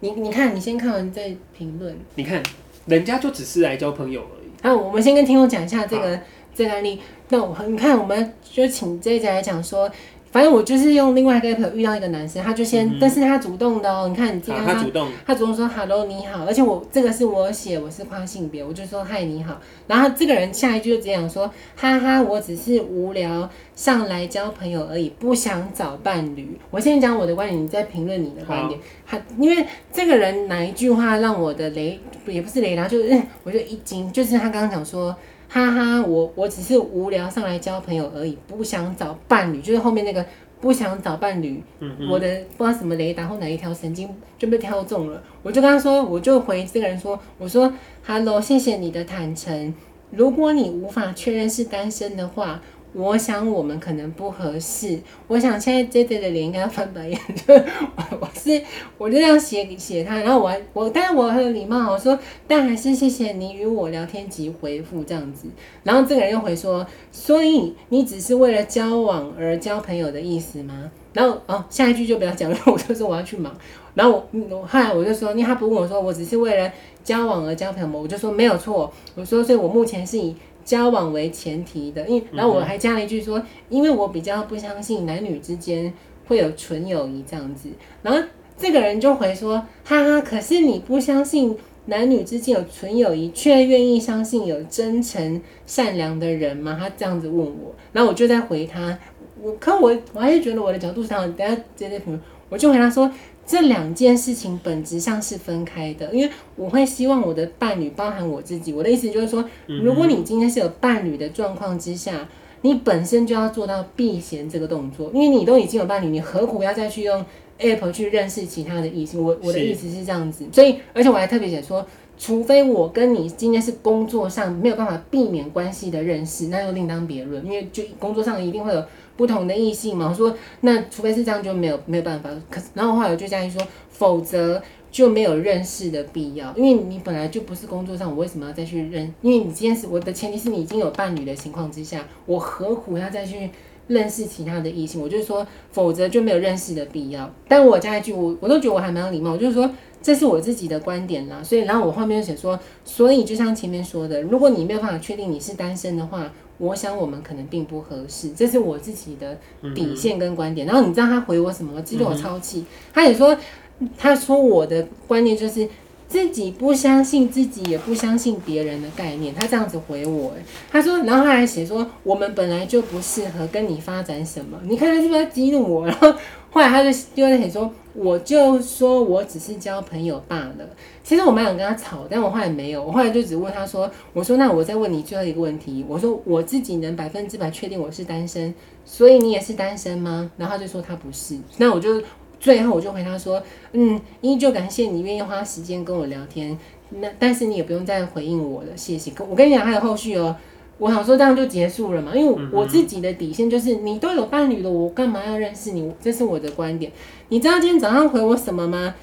[SPEAKER 1] 你你看，你先看完再评论。
[SPEAKER 2] 你看人家就只是来交朋友而已。
[SPEAKER 1] 啊，我们先跟听众讲一下这个这个案例。那我你看，我们就请这一家来讲说，反正我就是用另外一个 app 遇到一个男生，他就先，但是他主动的哦，你看你自己
[SPEAKER 2] 嗯啊，
[SPEAKER 1] 看
[SPEAKER 2] 他主动，
[SPEAKER 1] 他主动说 “hello 你好”，而且我这个是我写我是跨性别，我就说“嗨你好”，然后这个人下一句就直接讲说“哈哈，我只是无聊上来交朋友而已，不想找伴侣”。我先讲我的观点，你再评论你的观点。他因为这个人哪一句话让我的雷也不是雷达，就是嗯我就一惊，就是他刚刚讲说。哈哈，我我只是无聊上来交朋友而已，不想找伴侣，就是后面那个不想找伴侣，
[SPEAKER 2] 嗯
[SPEAKER 1] 我的不知道什么雷达或哪一条神经就被挑中了，我就跟他说，我就回这个人说，我说，Hello，谢谢你的坦诚。如果你无法确认是单身的话，我想我们可能不合适。我想现在 J J 的脸应该要翻白眼， <laughs> 就是我我是我就这样写写他，然后我还我当然我很有礼貌，我说但还是谢谢你与我聊天及回复这样子。然后这个人又回说，所以你只是为了交往而交朋友的意思吗？然后哦，下一句就不要讲了，我就说我要去忙。 <laughs> 然后我嗯我后来我就说，因为他不问我说我只是为了交往而交朋友吗？我就说没有错，我说所以我目前是以交往为前提的，因为然后我还加了一句说，因为我比较不相信男女之间会有纯友谊这样子。然后这个人就回说，哈哈，可是你不相信男女之间有纯友谊，却愿意相信有真诚善良的人吗？他这样子问我，然后我就在回他，我可我我还是觉得我的角度上，等下直接评论，我就回他说。这两件事情本质上是分开的，因为我会希望我的伴侣包含我自己。我的意思就是说，如果你今天是有伴侣的状况之下，你本身就要做到避嫌这个动作，因为你都已经有伴侣，你何苦要再去用 app 去认识其他的异性？我我的
[SPEAKER 2] 是
[SPEAKER 1] 意思是这样子，所以而且我还特别写说，除非我跟你今天是工作上没有办法避免关系的认识，那又另当别论，因为就工作上一定会有不同的异性嘛。我说那除非是这样就没有没有办法。可是然后后来我就加一说，否则就没有认识的必要，因为你本来就不是工作上，我为什么要再去认？因为你今天是我的前提是你已经有伴侣的情况之下，我何苦要再去？认识其他的异性，我就说，否则就没有认识的必要。但我加一句，我我都觉得我还蛮有礼貌，我就是说这是我自己的观点啦。所以，然后我后面就写说，所以就像前面说的，如果你没有办法确定你是单身的话，我想我们可能并不合适，这是我自己的底线跟观点。然后你知道他回我什么吗？这对我超气，他也说，他说我的观念就是自己不相信自己，也不相信别人的概念。他这样子回我，哎他说，然后他还写说，我们本来就不适合跟你发展什么。你看他是不是在激怒我？然后后来他就又在写说，我就说我只是交朋友罢了。其实我蛮想跟他吵，但我后来没有，我后来就只问他说，我说那我再问你最后一个问题，我说我自己能百分之百确定我是单身，所以你也是单身吗？然后他就说他不是，那我就最后我就回他说，嗯，依旧感谢你愿意花时间跟我聊天，那但是你也不用再回应我了，谢谢。可我跟你讲还有后续哦。我想说这样就结束了嘛，因为
[SPEAKER 2] 嗯
[SPEAKER 1] 我我自己的底线就是你都有伴侣了，我干嘛要认识你？这是我的观点。你知道今天早上回我什么吗？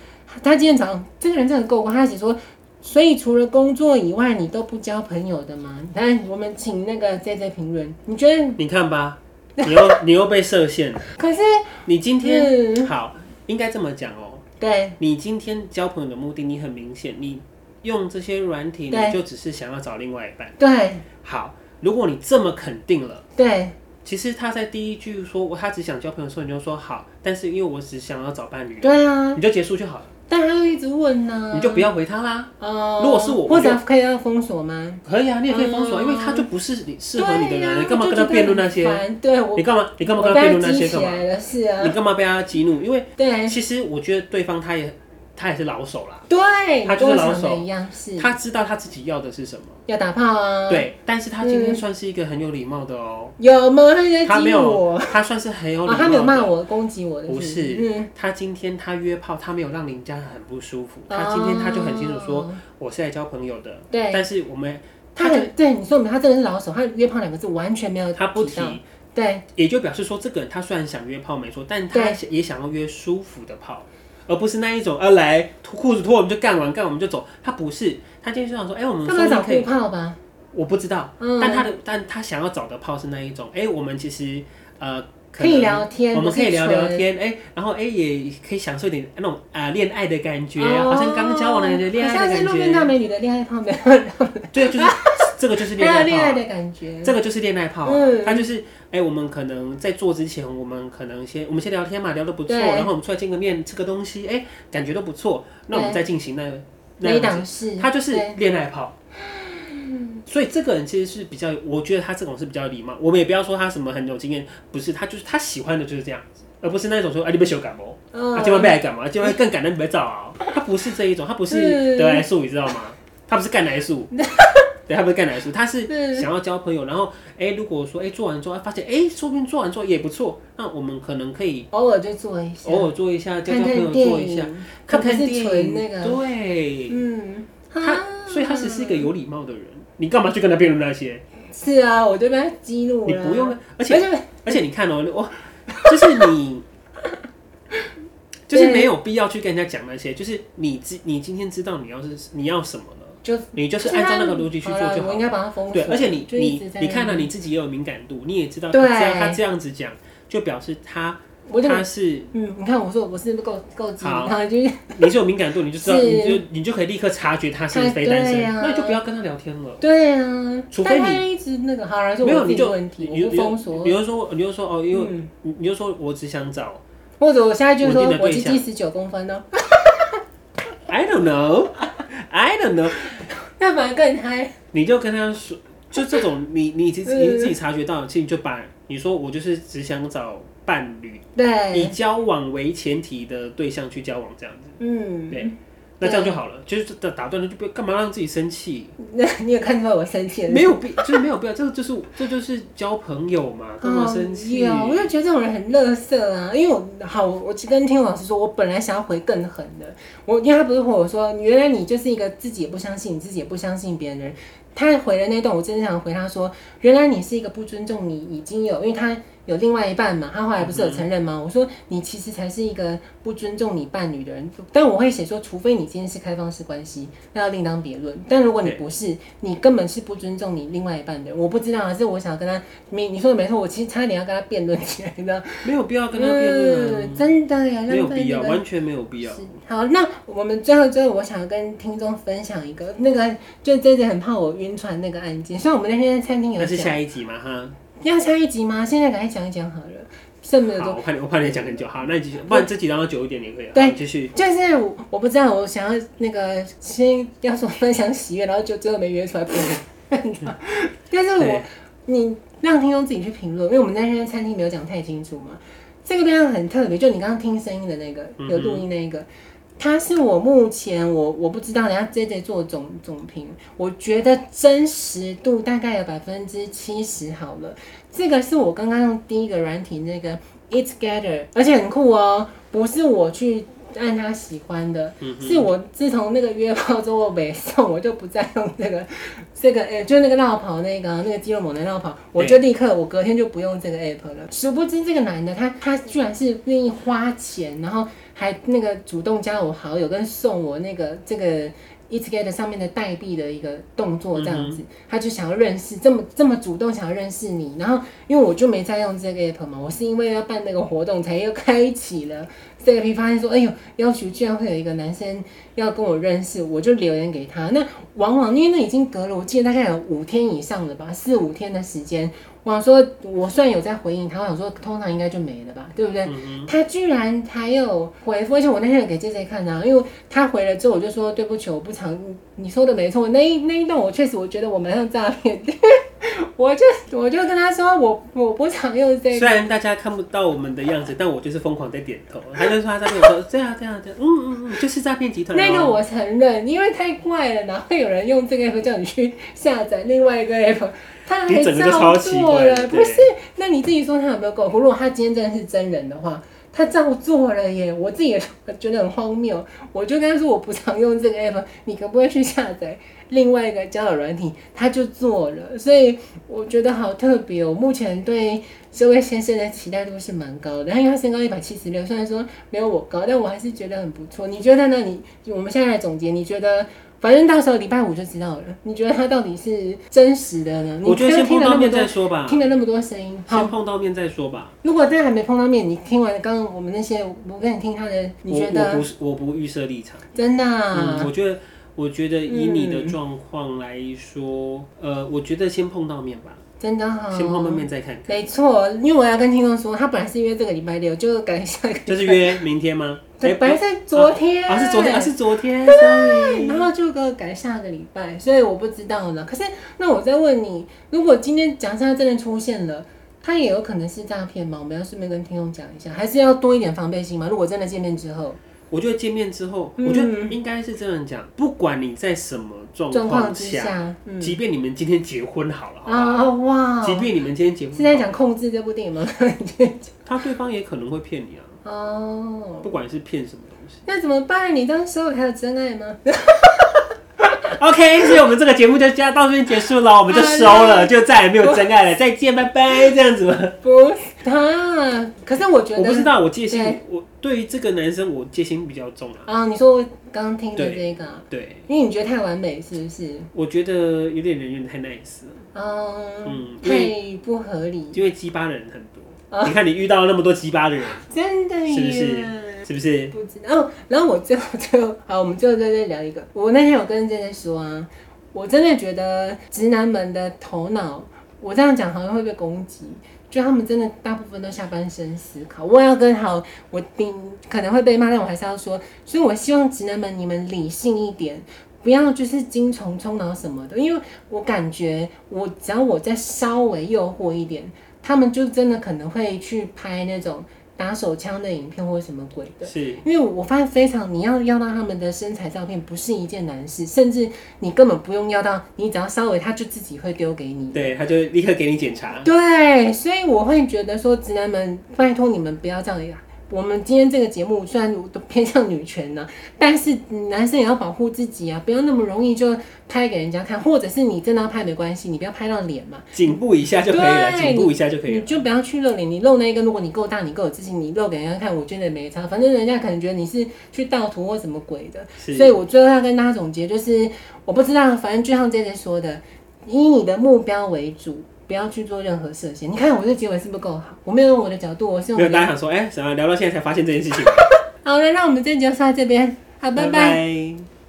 [SPEAKER 1] 他今天早上这个人真的够乖，他写说，所以除了工作以外，你都不交朋友的吗？来，我们请那个 J J 评论，你觉得？
[SPEAKER 2] 你
[SPEAKER 1] <laughs>
[SPEAKER 2] 看吧，你又你又被设限了。
[SPEAKER 1] 可是
[SPEAKER 2] 你今天、
[SPEAKER 1] 嗯
[SPEAKER 2] 好，应该这么讲哦、
[SPEAKER 1] 对
[SPEAKER 2] 你今天交朋友的目的，你很明显，你用这些软体，
[SPEAKER 1] 对
[SPEAKER 2] 你就只是想要找另外一半。
[SPEAKER 1] 对
[SPEAKER 2] 好，如果你这么肯定了。
[SPEAKER 1] 对
[SPEAKER 2] 其实他在第一句说我他只想交朋友的时候，你就说好，但是因为我只想要找伴侣，
[SPEAKER 1] 对啊，
[SPEAKER 2] 你就结束就好了，
[SPEAKER 1] 但他又一直问呢、
[SPEAKER 2] 你就不要回他啦。
[SPEAKER 1] 哦
[SPEAKER 2] 如果是我
[SPEAKER 1] 或者
[SPEAKER 2] 我
[SPEAKER 1] 可以要封锁吗？
[SPEAKER 2] 可以啊，你也可以封锁，
[SPEAKER 1] 嗯
[SPEAKER 2] 因为他就不是你适合你的
[SPEAKER 1] 对呀、
[SPEAKER 2] 人，你干嘛
[SPEAKER 1] 我就觉
[SPEAKER 2] 跟他
[SPEAKER 1] 得
[SPEAKER 2] 辩论那
[SPEAKER 1] 很
[SPEAKER 2] 些？
[SPEAKER 1] 烦对我
[SPEAKER 2] 你，干嘛你干嘛
[SPEAKER 1] 我
[SPEAKER 2] 跟他
[SPEAKER 1] 被
[SPEAKER 2] 辩论那些
[SPEAKER 1] 激起
[SPEAKER 2] 干嘛？
[SPEAKER 1] 来了，是啊
[SPEAKER 2] 你，干嘛被他激怒？因为
[SPEAKER 1] 对
[SPEAKER 2] 其实我觉得对方他也他也是老手啦，
[SPEAKER 1] 对，
[SPEAKER 2] 他
[SPEAKER 1] 跟
[SPEAKER 2] 就是
[SPEAKER 1] 我
[SPEAKER 2] 老
[SPEAKER 1] 想的
[SPEAKER 2] 手
[SPEAKER 1] 一样，是
[SPEAKER 2] 他知道他自己要的是什么，
[SPEAKER 1] 要打炮啊，，
[SPEAKER 2] 对，但是他今天
[SPEAKER 1] 嗯
[SPEAKER 2] 算是一个很有礼貌的哦，
[SPEAKER 1] 有吗？他嗯在
[SPEAKER 2] 他没
[SPEAKER 1] 激
[SPEAKER 2] 有
[SPEAKER 1] 我，
[SPEAKER 2] 他算是很有礼
[SPEAKER 1] 啊，
[SPEAKER 2] 貌，
[SPEAKER 1] 他没有骂，我攻击我的，
[SPEAKER 2] 不是
[SPEAKER 1] 嗯，
[SPEAKER 2] 他今天他约炮，他没有让人家很不舒服，他今天他就很清楚说
[SPEAKER 1] 哦
[SPEAKER 2] 我是来交朋友的，
[SPEAKER 1] 对
[SPEAKER 2] 但是我们
[SPEAKER 1] 他
[SPEAKER 2] 他就
[SPEAKER 1] 很对你说没有，他真的是老手，他约炮两个字完全没有
[SPEAKER 2] 他不
[SPEAKER 1] 到
[SPEAKER 2] 提，
[SPEAKER 1] 对
[SPEAKER 2] 也就表示说，这个人他虽然想约炮没错，但他
[SPEAKER 1] 对
[SPEAKER 2] 也想要约舒服的炮，而不是那一种啊来脱裤子脱我们就干完干完我们就走。他不是，他今天就想说，哎、我们
[SPEAKER 1] 他们
[SPEAKER 2] 说
[SPEAKER 1] 找
[SPEAKER 2] 不定可
[SPEAKER 1] 护
[SPEAKER 2] 以，
[SPEAKER 1] 炮吧？
[SPEAKER 2] 我不知道，
[SPEAKER 1] 嗯
[SPEAKER 2] 但他的但他想要找的炮是那一种，哎、我们其实呃
[SPEAKER 1] 可以聊天
[SPEAKER 2] 我们可以聊
[SPEAKER 1] 不是纯
[SPEAKER 2] 聊天，哎、然后哎、也可以享受一点那种啊恋、爱的感觉，
[SPEAKER 1] 哦
[SPEAKER 2] 好像刚交往的人恋爱
[SPEAKER 1] 好
[SPEAKER 2] 的
[SPEAKER 1] 像是路
[SPEAKER 2] 感
[SPEAKER 1] 边大
[SPEAKER 2] 觉，
[SPEAKER 1] 美女的恋爱泡没有，
[SPEAKER 2] 对，就是这个就是恋
[SPEAKER 1] 还 <laughs>
[SPEAKER 2] 爱
[SPEAKER 1] 有恋爱
[SPEAKER 2] 炮。
[SPEAKER 1] 的感觉，
[SPEAKER 2] 这个就是恋爱炮、啊，
[SPEAKER 1] 嗯
[SPEAKER 2] 它就是哎、我们可能在做之前，我们可能先我们先聊天嘛，聊得不错，
[SPEAKER 1] 对
[SPEAKER 2] 然后我们出来见个面，吃个东西，哎、感觉都不错，那我们再进行那那
[SPEAKER 1] 雷
[SPEAKER 2] 样
[SPEAKER 1] 档
[SPEAKER 2] 子，
[SPEAKER 1] 式，
[SPEAKER 2] 它就是
[SPEAKER 1] 对
[SPEAKER 2] 恋爱炮。所以这个人其实是比较，我觉得他这种是比较礼貌。我们也不要说他什么很有经验，不是他就是他喜欢的就是这样子，而不是那种说啊你被修感冒，
[SPEAKER 1] 嗯
[SPEAKER 2] 啊今晚被来感冒，啊今晚更感冒你别找、哦，他不是这一种，他不是
[SPEAKER 1] 嗯
[SPEAKER 2] 得来速，你知道吗？他不是干
[SPEAKER 1] <laughs>
[SPEAKER 2] 来速，对，他不是干来速，他是
[SPEAKER 1] 嗯
[SPEAKER 2] 想要交朋友。然后哎、如果说哎、做完之后发现哎、说不定做完之后也不错，那我们可能可以
[SPEAKER 1] 偶尔就做一下，
[SPEAKER 2] 偶尔做一下，交
[SPEAKER 1] 看
[SPEAKER 2] 交朋
[SPEAKER 1] 看
[SPEAKER 2] 友
[SPEAKER 1] 电
[SPEAKER 2] 做一
[SPEAKER 1] 影，
[SPEAKER 2] 下，啊看看
[SPEAKER 1] 而不
[SPEAKER 2] 电
[SPEAKER 1] 是
[SPEAKER 2] 影，
[SPEAKER 1] 纯那个，
[SPEAKER 2] 对。
[SPEAKER 1] 嗯，
[SPEAKER 2] 他，
[SPEAKER 1] 啊
[SPEAKER 2] 所以他只是一个有礼貌的人，你干嘛去跟他辩论那些？
[SPEAKER 1] 是啊，我就被他激怒
[SPEAKER 2] 你
[SPEAKER 1] 了，
[SPEAKER 2] 不用，啊而且
[SPEAKER 1] 而且
[SPEAKER 2] 而且你看哦、我就是 <laughs> 你，就是没有必要去跟人家讲那些，就是你知你今天知道你要是你要什么了，
[SPEAKER 1] 就
[SPEAKER 2] 你就是按照那个逻辑去做
[SPEAKER 1] 好了
[SPEAKER 2] 就
[SPEAKER 1] 我
[SPEAKER 2] 好
[SPEAKER 1] 应。该把它封锁，
[SPEAKER 2] 对，而且你
[SPEAKER 1] 就一直
[SPEAKER 2] 你
[SPEAKER 1] 在
[SPEAKER 2] 你看
[SPEAKER 1] 那
[SPEAKER 2] 到、
[SPEAKER 1] 边
[SPEAKER 2] 你自己也有敏感度，你也知道，
[SPEAKER 1] 对
[SPEAKER 2] 他这样他这样子讲，就表示他
[SPEAKER 1] 我就
[SPEAKER 2] 他是
[SPEAKER 1] 嗯，你看我说我是不是够够激，
[SPEAKER 2] 好
[SPEAKER 1] 然后就是
[SPEAKER 2] 你是有敏感度，你就知道，
[SPEAKER 1] 是
[SPEAKER 2] 你就你就可以立刻察觉他是
[SPEAKER 1] 哎
[SPEAKER 2] 非单身，
[SPEAKER 1] 对呀
[SPEAKER 2] 那你就不要跟他聊天了。
[SPEAKER 1] 对啊，
[SPEAKER 2] 除非
[SPEAKER 1] 但他
[SPEAKER 2] 你
[SPEAKER 1] 就一直那个，好了，就
[SPEAKER 2] 没
[SPEAKER 1] 我
[SPEAKER 2] 有，
[SPEAKER 1] 自
[SPEAKER 2] 你
[SPEAKER 1] 己的
[SPEAKER 2] 就
[SPEAKER 1] 问题，
[SPEAKER 2] 你就
[SPEAKER 1] 我不封锁
[SPEAKER 2] 你，就说你就说哦，因为
[SPEAKER 1] 嗯
[SPEAKER 2] 你你就说我只想找
[SPEAKER 1] 或者我现在就
[SPEAKER 2] 稳
[SPEAKER 1] 说
[SPEAKER 2] 定的
[SPEAKER 1] 我
[SPEAKER 2] 对
[SPEAKER 1] 鸡
[SPEAKER 2] 象
[SPEAKER 1] 鸡十九公分哦，
[SPEAKER 2] I don't know. <laughs> I don't know，
[SPEAKER 1] 那反而更嗨。
[SPEAKER 2] 你就跟他说，就这种你你其实
[SPEAKER 1] 嗯
[SPEAKER 2] 你自己察觉到，其实你就把你说我就是只想找伴侣，以
[SPEAKER 1] 对，
[SPEAKER 2] 交往为前提的对象去交往这样子，
[SPEAKER 1] 嗯，
[SPEAKER 2] 对那这样就好了，就是打打断了就不干嘛让自己生气，
[SPEAKER 1] 那 <laughs> 你有看出来我生气了？
[SPEAKER 2] 没有必就是没有必要，这个就是这就是交朋友嘛，干嘛生气？
[SPEAKER 1] 嗯哦有我就觉得这种人很乐色啊！因为我好，我跟天老师说，我本来想要回更狠的，我因为他不是回我说，原来你就是一个自己也不相信，你自己也不相信别人的人。他回了那段，我真的想回他说，原来你是一个不尊重你已经有，因为他有另外一半嘛，他后来不是有承认
[SPEAKER 2] 嗯
[SPEAKER 1] 吗？我说你其实才是一个不尊重你伴侣的人，但我会写说，除非你今天是开放式关系，那要另当别论。但如果你
[SPEAKER 2] 对
[SPEAKER 1] 不是，你根本是不尊重你另外一半的人。我不知道啊，是我想跟他，你你说的没错，我其实差点要跟他辩论起来的。
[SPEAKER 2] 没有必要跟他辩论啊
[SPEAKER 1] 嗯，真的呀，
[SPEAKER 2] 没有
[SPEAKER 1] 浪费
[SPEAKER 2] 必要，
[SPEAKER 1] 那个
[SPEAKER 2] 完全没有必要。
[SPEAKER 1] 是好，那我们最后最后，我想跟听众分享一个，那个就真的很怕我晕船那个案件。虽然我们那天在餐厅有
[SPEAKER 2] 那是
[SPEAKER 1] 讲，
[SPEAKER 2] 下一集嘛哈，
[SPEAKER 1] 要下一集吗？现在赶快讲一讲好了，剩的
[SPEAKER 2] 好，
[SPEAKER 1] 多。
[SPEAKER 2] 我怕你，我怕你讲很久。好，那你继续，不然这集让到久一点也可以。啊
[SPEAKER 1] 对
[SPEAKER 2] 好继续。
[SPEAKER 1] 就是我我不知道，我想要那个先要说分享喜悦，然后就最后没约出来，不 <laughs> 但是我
[SPEAKER 2] 对
[SPEAKER 1] 你让听众自己去评论，因为我们那天在餐厅没有讲太清楚嘛。这个对象很特别，就你刚刚听声音的那个
[SPEAKER 2] 嗯哼
[SPEAKER 1] 有录音那一个，他是我目前我我不知道，人家 J J 做总总评，我觉得真实度大概有百分之七十好了。这个是我刚刚用第一个软体那个 It Gather，而且很酷哦，不是我去按他喜欢的，
[SPEAKER 2] 嗯哼
[SPEAKER 1] 是我自从那个约炮之后，北宋我就不再用这个 <laughs> 这个，哎、就那个绕跑那个啊那个肌肉猛男绕跑，我就立刻我隔天就不用这个 app 了。殊不知这个男的他他居然是愿意花钱，然后还那个主动加我好友，跟送我那个这个 e t g a t 上面的代币的一个动作这样子，他就想要认识，这么这么主动想要认识你。然后因为我就没再用这个 app 嘛，我是因为要办那个活动才又开启了。这个 app 发现说，哎呦，要求居然会有一个男生要跟我认识，我就留言给他。那往往因为那已经隔了，我记得大概有五天以上了吧，四五天的时间。我想说，我虽然有在回应他，我想说通常应该就没了吧，对不对？
[SPEAKER 2] 嗯
[SPEAKER 1] 他居然还有回复，而且我那天有给 J J 看啊，因为他回了之后，我就说对不起，我不常，你你说的没错，那一那一段我确实我觉得我蛮像诈骗的，我就我就跟他说我我不常用
[SPEAKER 2] 哼，
[SPEAKER 1] 这
[SPEAKER 2] 嗯虽
[SPEAKER 1] 个，
[SPEAKER 2] 然大家看不到我们的样子，但我就是疯狂在点
[SPEAKER 1] <laughs>
[SPEAKER 2] 头。他就说他诈骗，我说对啊对啊对啊，嗯嗯嗯，就是诈骗集团哦。
[SPEAKER 1] 那个我承认，因为太怪了，哪会有人用这个 app 叫你去下载另外一个 app？他还
[SPEAKER 2] 你整个就超
[SPEAKER 1] 照
[SPEAKER 2] 奇
[SPEAKER 1] 做
[SPEAKER 2] 怪
[SPEAKER 1] 了，
[SPEAKER 2] 的，
[SPEAKER 1] 不
[SPEAKER 2] 对
[SPEAKER 1] 是？那你自己说他有没有狗胡？如果他今天真的是真人的话，他照做了耶，我自己也觉得很荒谬。我就跟他说我不常用这个 app，你可不可以去下载另外一个交友软体？他就做了，所以我觉得好特别、哦。我目前对这位先生的期待度是蛮高的，他因为他身高一百七十六，虽然说没有我高，但我还是觉得很不错。你觉得呢？你我们现在来总结，你觉得？反正到时候礼拜五就知道了。你觉得他到底是真实的呢？你
[SPEAKER 2] 我觉得先
[SPEAKER 1] 听
[SPEAKER 2] 碰
[SPEAKER 1] 了
[SPEAKER 2] 到
[SPEAKER 1] 那么
[SPEAKER 2] 面
[SPEAKER 1] 多
[SPEAKER 2] 再说吧，
[SPEAKER 1] 听了那么多声音，
[SPEAKER 2] 先
[SPEAKER 1] 好，
[SPEAKER 2] 碰到面再说吧。
[SPEAKER 1] 如果真的还没碰到面，你听完刚刚我们那些，我跟你听他的，你
[SPEAKER 2] 我
[SPEAKER 1] 觉
[SPEAKER 2] 我
[SPEAKER 1] 得
[SPEAKER 2] 不是我不预设立场。
[SPEAKER 1] 真的啊、
[SPEAKER 2] 嗯，我觉得我觉得以你
[SPEAKER 1] 嗯
[SPEAKER 2] 的状况来说，呃，我觉得先碰到面吧，
[SPEAKER 1] 真的好，
[SPEAKER 2] 先碰到面再看看。
[SPEAKER 1] 没错，因为我要跟听众说，他本来是约这个礼拜六，就改下一个，
[SPEAKER 2] 就是约明天吗？
[SPEAKER 1] 对，
[SPEAKER 2] 哎
[SPEAKER 1] 本来是昨天，
[SPEAKER 2] 啊，是昨天，啊，是昨天，sorry。
[SPEAKER 1] 然后就给我改下个礼拜，所以我不知道呢。可是那我再问你，如果今天假设他真的出现了，他也有可能是诈骗吗？我们要顺便跟听众讲一下，还是要多一点防备心吗？如果真的见面之后，
[SPEAKER 2] 我觉得见面之后，
[SPEAKER 1] 嗯
[SPEAKER 2] 我觉得应该是这样讲，不管你在什么状
[SPEAKER 1] 状况
[SPEAKER 2] 况
[SPEAKER 1] 之
[SPEAKER 2] 下，
[SPEAKER 1] 下，嗯。
[SPEAKER 2] 即便你们今天结婚好了，好不好
[SPEAKER 1] 啊哇！
[SPEAKER 2] 即便你们今天结婚，
[SPEAKER 1] 是在讲《控制》这部电影
[SPEAKER 2] <laughs>
[SPEAKER 1] 吗？
[SPEAKER 2] 他对方也可能会骗你啊，
[SPEAKER 1] 哦，
[SPEAKER 2] 不管是骗什么东西。
[SPEAKER 1] 那怎么办？你当时候还有真爱吗？
[SPEAKER 2] OK，所以我们这个节目就这样到这边结束了，我们就收
[SPEAKER 1] 好
[SPEAKER 2] 了，
[SPEAKER 1] 嘞
[SPEAKER 2] 就再也没有真爱了，再见，拜拜，这样子吗？
[SPEAKER 1] 不是啊，可是我 <laughs> 觉得
[SPEAKER 2] 我不知道，我戒心
[SPEAKER 1] 对，
[SPEAKER 2] 我对于这个男生我戒心比较重啊。
[SPEAKER 1] 啊。你说我刚刚听的这个啊，
[SPEAKER 2] 对，
[SPEAKER 1] 因为你觉得太完美是不是？
[SPEAKER 2] 我觉得有点人有点太 nice 了，
[SPEAKER 1] 嗯
[SPEAKER 2] 嗯，
[SPEAKER 1] 太不合理，
[SPEAKER 2] 因为鸡巴的人很
[SPEAKER 1] 啊
[SPEAKER 2] 多。你看你遇到了那么多鸡巴的人，
[SPEAKER 1] 真的
[SPEAKER 2] 是不
[SPEAKER 1] 耶
[SPEAKER 2] 是？。是不是？
[SPEAKER 1] 不知道。哦然后我最后最后好，我们最后再再聊一个。我那天有跟珍珍说啊，我真的觉得直男们的头脑，我这样讲好像会被攻击。就他们真的大部分都下半身思考。我也要跟好，我顶可能会被骂，但我还是要说，所以我希望直男们你们理性一点。不要就是精虫充脑什么的，因为我感觉我只要我再稍微诱惑一点，他们就真的可能会去拍那种打手枪的影片或什么鬼的。
[SPEAKER 2] 是
[SPEAKER 1] 因为我发现非常，你要要到他们的身材照片不是一件难事，甚至你根本不用要到，你只要稍微他就自己会丢给你。
[SPEAKER 2] 对，他就立刻给你检查。
[SPEAKER 1] 对，所以我会觉得说，直男们，拜托你们不要这样呀。我们今天这个节目虽然都偏向女权呢、啊 <laughs> 但是男生也要保护自己啊，不要那么容易就拍给人家看，或者是你真的要拍没关系，你不要拍到脸嘛，
[SPEAKER 2] 颈部以下就可以了，
[SPEAKER 1] 对
[SPEAKER 2] 颈部以下就可以
[SPEAKER 1] 你
[SPEAKER 2] 了。
[SPEAKER 1] 就不要去露脸。你露那一根，如果你够大，你够有自信，你露给人家看，我觉得没差，反正人家可能觉得你是去盗图或什么鬼的。
[SPEAKER 2] 是，
[SPEAKER 1] 所以我最后要跟大家总结，就是我不知道，反正就像 J J 说的，以你的目标为主，不要去做任何设限。你看我这结尾是不是够好？我没有用我的角度，我是用
[SPEAKER 2] 没
[SPEAKER 1] 我
[SPEAKER 2] 有大家
[SPEAKER 1] 的。
[SPEAKER 2] 想说，哎、怎么聊到现在才发现这件事情？
[SPEAKER 1] 好了，那我们这集就说到这边，好，拜拜
[SPEAKER 2] 拜